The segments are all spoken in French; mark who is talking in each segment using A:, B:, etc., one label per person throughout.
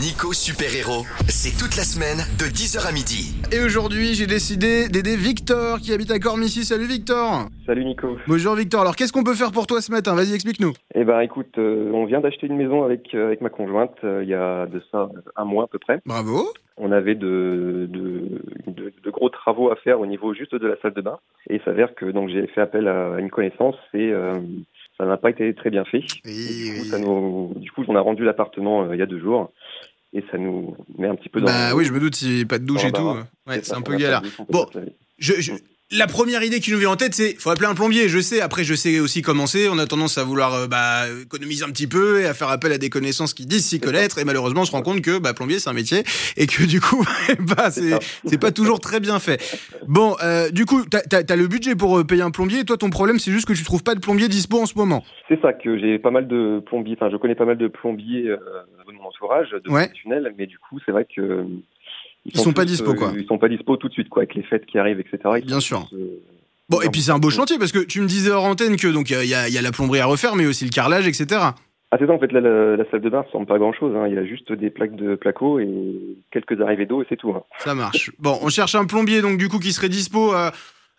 A: Nico Super Héros, c'est toute la semaine de 10h à midi.
B: Et aujourd'hui, j'ai décidé d'aider Victor qui habite à Cormicy. Salut Victor
C: Salut Nico.
B: Bonjour Victor, alors qu'est-ce qu'on peut faire pour toi ce matin Vas-y, explique-nous.
C: Eh ben écoute, euh, on vient d'acheter une maison avec, euh, avec ma conjointe euh, il y a de ça euh, un mois à peu près.
B: Bravo
C: On avait de, de, de- de gros travaux à faire au niveau juste de la salle de bain. Et il s'avère que donc j'ai fait appel à une connaissance et euh, ça n'a pas été très bien fait.
B: Et-
C: du, coup, ça nous- du coup, on a rendu l'appartement euh, il y a deux jours et ça nous met un petit peu dans
B: Bah oui, je me doute, si pas de douche
C: Dans
B: et tout. hein.
C: l'embarras.
B: Ouais, c'est
C: ça,
B: un
C: on
B: peu
C: a pas
B: galère.
C: de douche, on peut
B: Bon.
C: pas se laver.
B: Je- je- la première idée qui nous vient en tête, c'est faut appeler un plombier. Je sais, après, je sais aussi comment c'est. On a tendance à vouloir euh, bah, économiser un petit peu et à faire appel à des connaissances qui disent s'y connaître. Et malheureusement, on se rend compte que bah, plombier, c'est un métier et que du coup, bah,
C: C'est
B: c'est
C: ça.
B: c'est pas toujours très bien fait. Bon, euh, du coup, t'as as, le budget pour euh, payer un plombier. Toi, ton problème, c'est juste que tu trouves pas de plombier dispo en ce moment.
C: C'est ça que j'ai pas mal de plombiers, enfin je connais pas mal de plombiers euh, de mon entourage, de
B: Ouais.
C: professionnels, mais du coup c'est vrai que euh,
B: Ils sont pas
C: tous,
B: dispo,
C: euh,
B: quoi.
C: Ils sont pas dispo tout de suite quoi, avec les fêtes qui arrivent, etc. Ils
B: Bien
C: sont
B: sûr.
C: tous, euh,
B: Bon, et puis c'est un beau chantier parce que tu me disais hors antenne que donc il y a, il y a la plomberie à refaire, mais aussi le carrelage, etc.
C: Ah c'est ça en fait la, la- la salle de bain ressemble pas à grand chose, il y a juste des plaques de placo et quelques arrivées d'eau et c'est tout. hein.
B: Ça marche. Bon, on cherche un plombier, donc du coup, qui serait dispo. euh,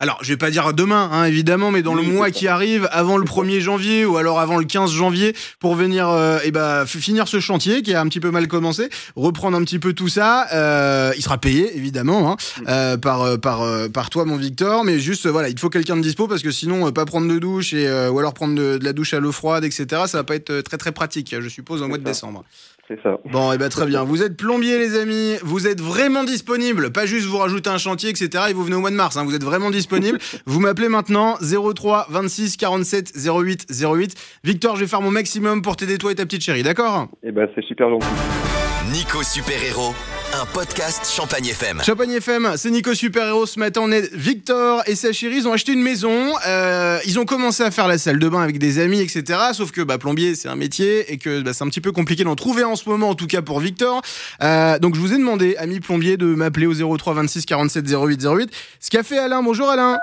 B: alors, je vais pas dire demain, hein, évidemment, mais dans le
C: Oui,
B: mois
C: c'est ça.
B: qui arrive, avant le 1er janvier ou alors avant le 15 janvier, pour venir euh, eh ben, f- finir ce chantier qui a un petit peu mal commencé, reprendre un petit peu tout ça. euh, il sera payé, évidemment, hein, euh, par, euh, par, euh, par toi, mon Victor, mais juste, euh, voilà, il te faut quelqu'un de dispo parce que sinon, euh, pas prendre de douche et, euh, ou alors prendre de, de la douche à l'eau froide, etc., ça va pas être euh, très très pratique, je suppose, au mois de
C: ça.
B: décembre.
C: C'est ça.
B: Bon, et ben très bien. Vous êtes plombier, les amis. Vous êtes vraiment disponible. Pas juste vous rajoutez un chantier, etc. Et vous venez au mois de mars. hein. Vous êtes vraiment disponible. Vous m'appelez maintenant 03 26 47 08 08. Victor, je vais faire mon maximum pour t'aider toi et ta petite chérie, d'accord
C: Et ben c'est super gentil.
A: Nico Super Héros, un podcast Champagne FM.
B: Champagne FM, c'est Nico Super Héros. Ce matin, on aide Victor et sa chérie. Ils ont acheté une maison. Euh, ils ont commencé à faire la salle de bain avec des amis, etc. Sauf que bah, plombier, c'est un métier et que bah, c'est un petit peu compliqué d'en trouver en ce moment, en tout cas pour Victor. Euh, donc, je vous ai demandé, ami plombier, de m'appeler au 03 26 47 08 08. Ce qu'a fait Alain. Bonjour Alain.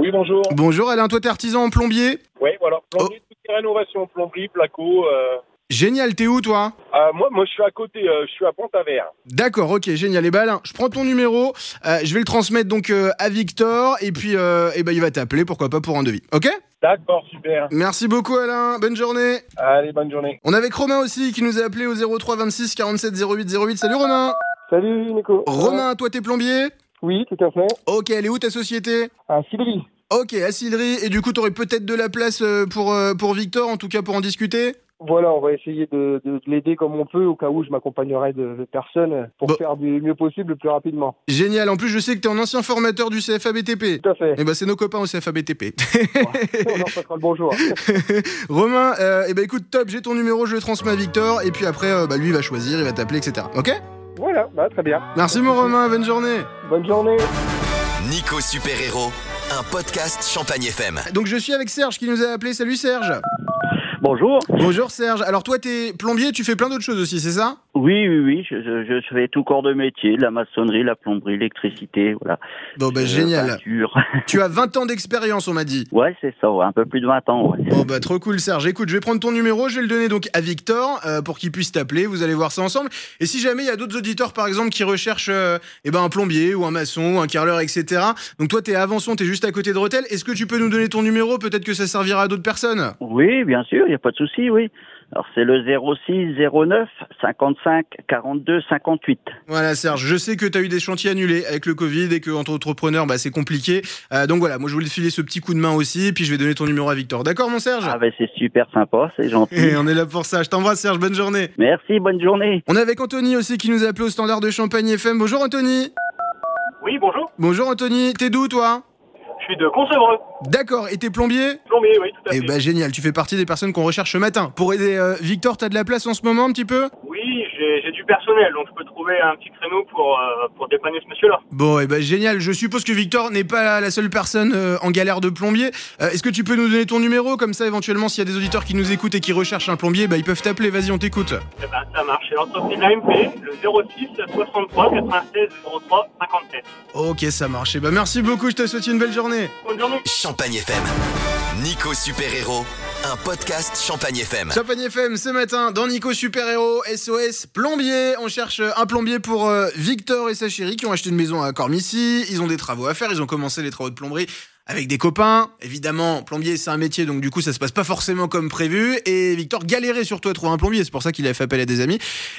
D: Oui, bonjour.
B: Bonjour Alain. Toi, t'es artisan en plombier.
D: Oui, voilà. Plomberie,
E: Oh.
D: toutes les rénovations, plomberie, placo. euh.
B: Génial. T'es où, toi
D: Ah, moi, moi, je suis à côté, euh, je suis à Pont-Avert.
B: D'accord, ok, génial. Et bah Alain, je prends ton numéro, euh, je vais le transmettre donc euh, à Victor et puis euh, eh ben, il va t'appeler, pourquoi pas pour un devis, ok
D: D'accord, super.
B: Merci beaucoup Alain, bonne journée.
D: Allez, bonne journée.
B: On avait Romain aussi qui nous a appelé au 03 26 47 08 08. Salut Romain.
E: Salut Nico. Euh,
B: Romain, toi t'es plombier
E: Oui, tout à fait.
B: OK, elle est où ta société
E: À Sibérie.
B: OK, à Sillery et du coup t'aurais peut-être de la place euh, pour euh, pour Victor en tout cas pour en discuter.
E: Voilà, on va essayer de, de- de l'aider comme on peut, au cas où je m'accompagnerai de, de personnes pour
B: Bon.
E: faire du mieux possible le plus rapidement.
B: Génial. En plus, je sais que t'es un ancien formateur du CFABTP.
E: Tout à fait.
B: Eh ben c'est nos copains au CFABTP.
E: on en passera le bonjour.
B: Romain, euh, eh ben écoute, top, j'ai ton numéro, je le transmets à Victor et puis après euh, bah, lui il va choisir, il va t'appeler etc. OK
E: Voilà, bah, très bien.
B: Merci mon Romain, bonne journée.
E: Bonne journée.
A: Nico Super Héros, un podcast Champagne FM.
B: Donc je suis avec Serge qui nous a appelé. Salut Serge.
F: Bonjour.
B: Bonjour Serge. Alors toi, t'es plombier, tu fais plein d'autres choses aussi, c'est ça
F: Oui, oui, oui, je, je, je fais tout corps de métier, la maçonnerie, la plomberie, l'électricité, voilà.
B: Bon bah
F: Euh,
B: génial.
F: peinture.
B: Tu as 20 ans d'expérience, on m'a dit.
F: Ouais, c'est ça, ouais, un peu plus de 20 ans, ouais.
B: Bon bah trop cool Serge. Écoute, je vais prendre ton numéro, je vais le donner donc à Victor euh, pour qu'il puisse t'appeler. Vous allez voir ça ensemble. Et si jamais il y a d'autres auditeurs par exemple qui recherchent euh, eh ben un plombier ou un maçon ou un carreleur, etc. Donc toi t'es à Avançon, t'es juste à côté de Rotel. Est-ce que tu peux nous donner ton numéro Peut-être que ça servira à d'autres personnes.
F: Oui, bien sûr, il n'y a pas de souci, oui. Alors c'est le 06 09 55 42 58.
B: Voilà Serge, je sais que tu as eu des chantiers annulés avec le Covid et que entre entrepreneurs bah, c'est compliqué. Euh, donc voilà, moi je voulais te filer ce petit coup de main aussi, puis je vais donner ton numéro à Victor. D'accord mon Serge
F: Ah ben c'est super sympa, c'est gentil.
B: Et on est là pour ça. Je t'embrasse Serge, bonne journée.
F: Merci, bonne journée.
B: On est avec Anthony aussi qui nous a appelé au standard de Champagne FM. Bonjour Anthony.
D: Oui, bonjour.
B: Bonjour Anthony, t'es d'où toi
D: Je suis de Concevreux.
B: D'accord, et t'es plombier
D: Plombier, oui, tout à fait.
B: Eh bah génial, tu fais partie des personnes qu'on recherche ce matin. Pour aider euh, Victor, t'as de la place en ce moment un petit peu
D: Oui, j'ai j'ai du personnel, donc je peux trouver un petit créneau pour, euh, pour dépanner ce monsieur-là.
B: Bon, et bah génial, je suppose que Victor n'est pas la seule personne euh, en galère de plombier. Euh, Est-ce que tu peux nous donner ton numéro Comme ça éventuellement s'il y a des auditeurs qui nous écoutent et qui recherchent un plombier, bah ils peuvent t'appeler, vas-y on t'écoute.
D: Eh ben, ça marche. C'est l'entreprise AMP, le 06 63 96 03 57.
B: Eh ben, Ok ça marche, et bah merci beaucoup, je te souhaite une belle journée.
D: Bonne journée.
A: Champagne FM. Nico Super Héros, un podcast Champagne FM.
B: Champagne FM ce matin dans Nico Super Héros SOS plombier. On cherche euh, un plombier pour euh, Victor et sa chérie qui ont acheté une maison à Cormicy. Ils ont des travaux à faire. Ils ont commencé les travaux de plomberie avec des copains. Évidemment, plombier c'est un métier donc du coup ça se passe pas forcément comme prévu. Et Victor galérait surtout à trouver un plombier. C'est pour ça qu'il a fait appel à des amis.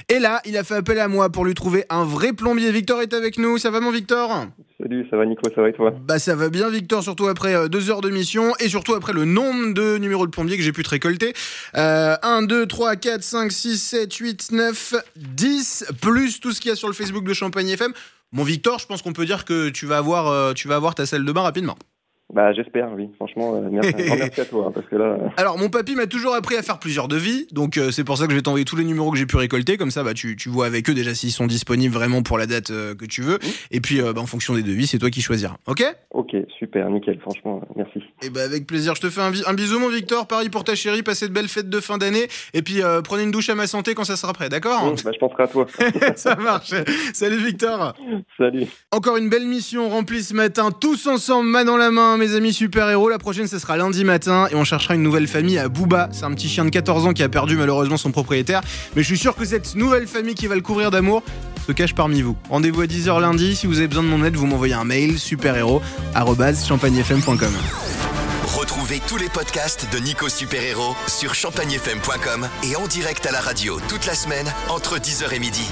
B: Et là, il a fait appel à moi pour lui trouver un vrai plombier. Victor est avec nous. Ça va mon Victor
C: Salut, ça va Nico, ça va et toi
B: Bah ça va bien Victor, surtout après euh, deux heures de mission et surtout après le nombre de numéros de plombiers que j'ai pu te récolter. Euh, 1, 2, 3, 4, 5, 6, 7, 8, 9, 10, plus tout ce qu'il y a sur le Facebook de Champagne FM. Mon Victor, je pense qu'on peut dire que tu vas avoir, euh, tu vas avoir ta salle de bain rapidement.
C: Bah j'espère, oui. Franchement, euh, merci, un grand merci à toi, hein, parce que là, euh,
B: Alors mon papy m'a toujours appris à faire plusieurs devis, donc euh, c'est pour ça que je vais t'envoyer tous les numéros que j'ai pu récolter, comme ça bah, tu, tu vois avec eux déjà s'ils sont disponibles vraiment pour la date euh, que tu veux, et puis euh, bah, en fonction des devis, c'est toi qui choisiras, ok
C: ok, super, nickel, franchement, euh, merci.
B: Et bah avec plaisir, je te fais un, bi- un bisou mon Victor, Paris pour ta chérie, passez de belles fêtes de fin d'année, et puis euh, prenez une douche à ma santé quand ça sera prêt, d'accord
C: Bon, bah, je penserai à toi.
B: Ça marche. Salut Victor.
C: Salut.
B: Encore une belle mission remplie ce matin, tous ensemble, main dans la main, mes amis super-héros. La prochaine, ce sera lundi matin et on cherchera une nouvelle famille à Booba. C'est un petit chien de 14 ans qui a perdu malheureusement son propriétaire. Mais je suis sûr que cette nouvelle famille qui va le couvrir d'amour se cache parmi vous. Rendez-vous à 10h lundi. Si vous avez besoin de mon aide, vous m'envoyez un mail superhéros.champagnefm.com.
A: Retrouvez tous les podcasts de Nico Super Héros sur champagnefm.com et en direct à la radio toute la semaine entre 10h et midi.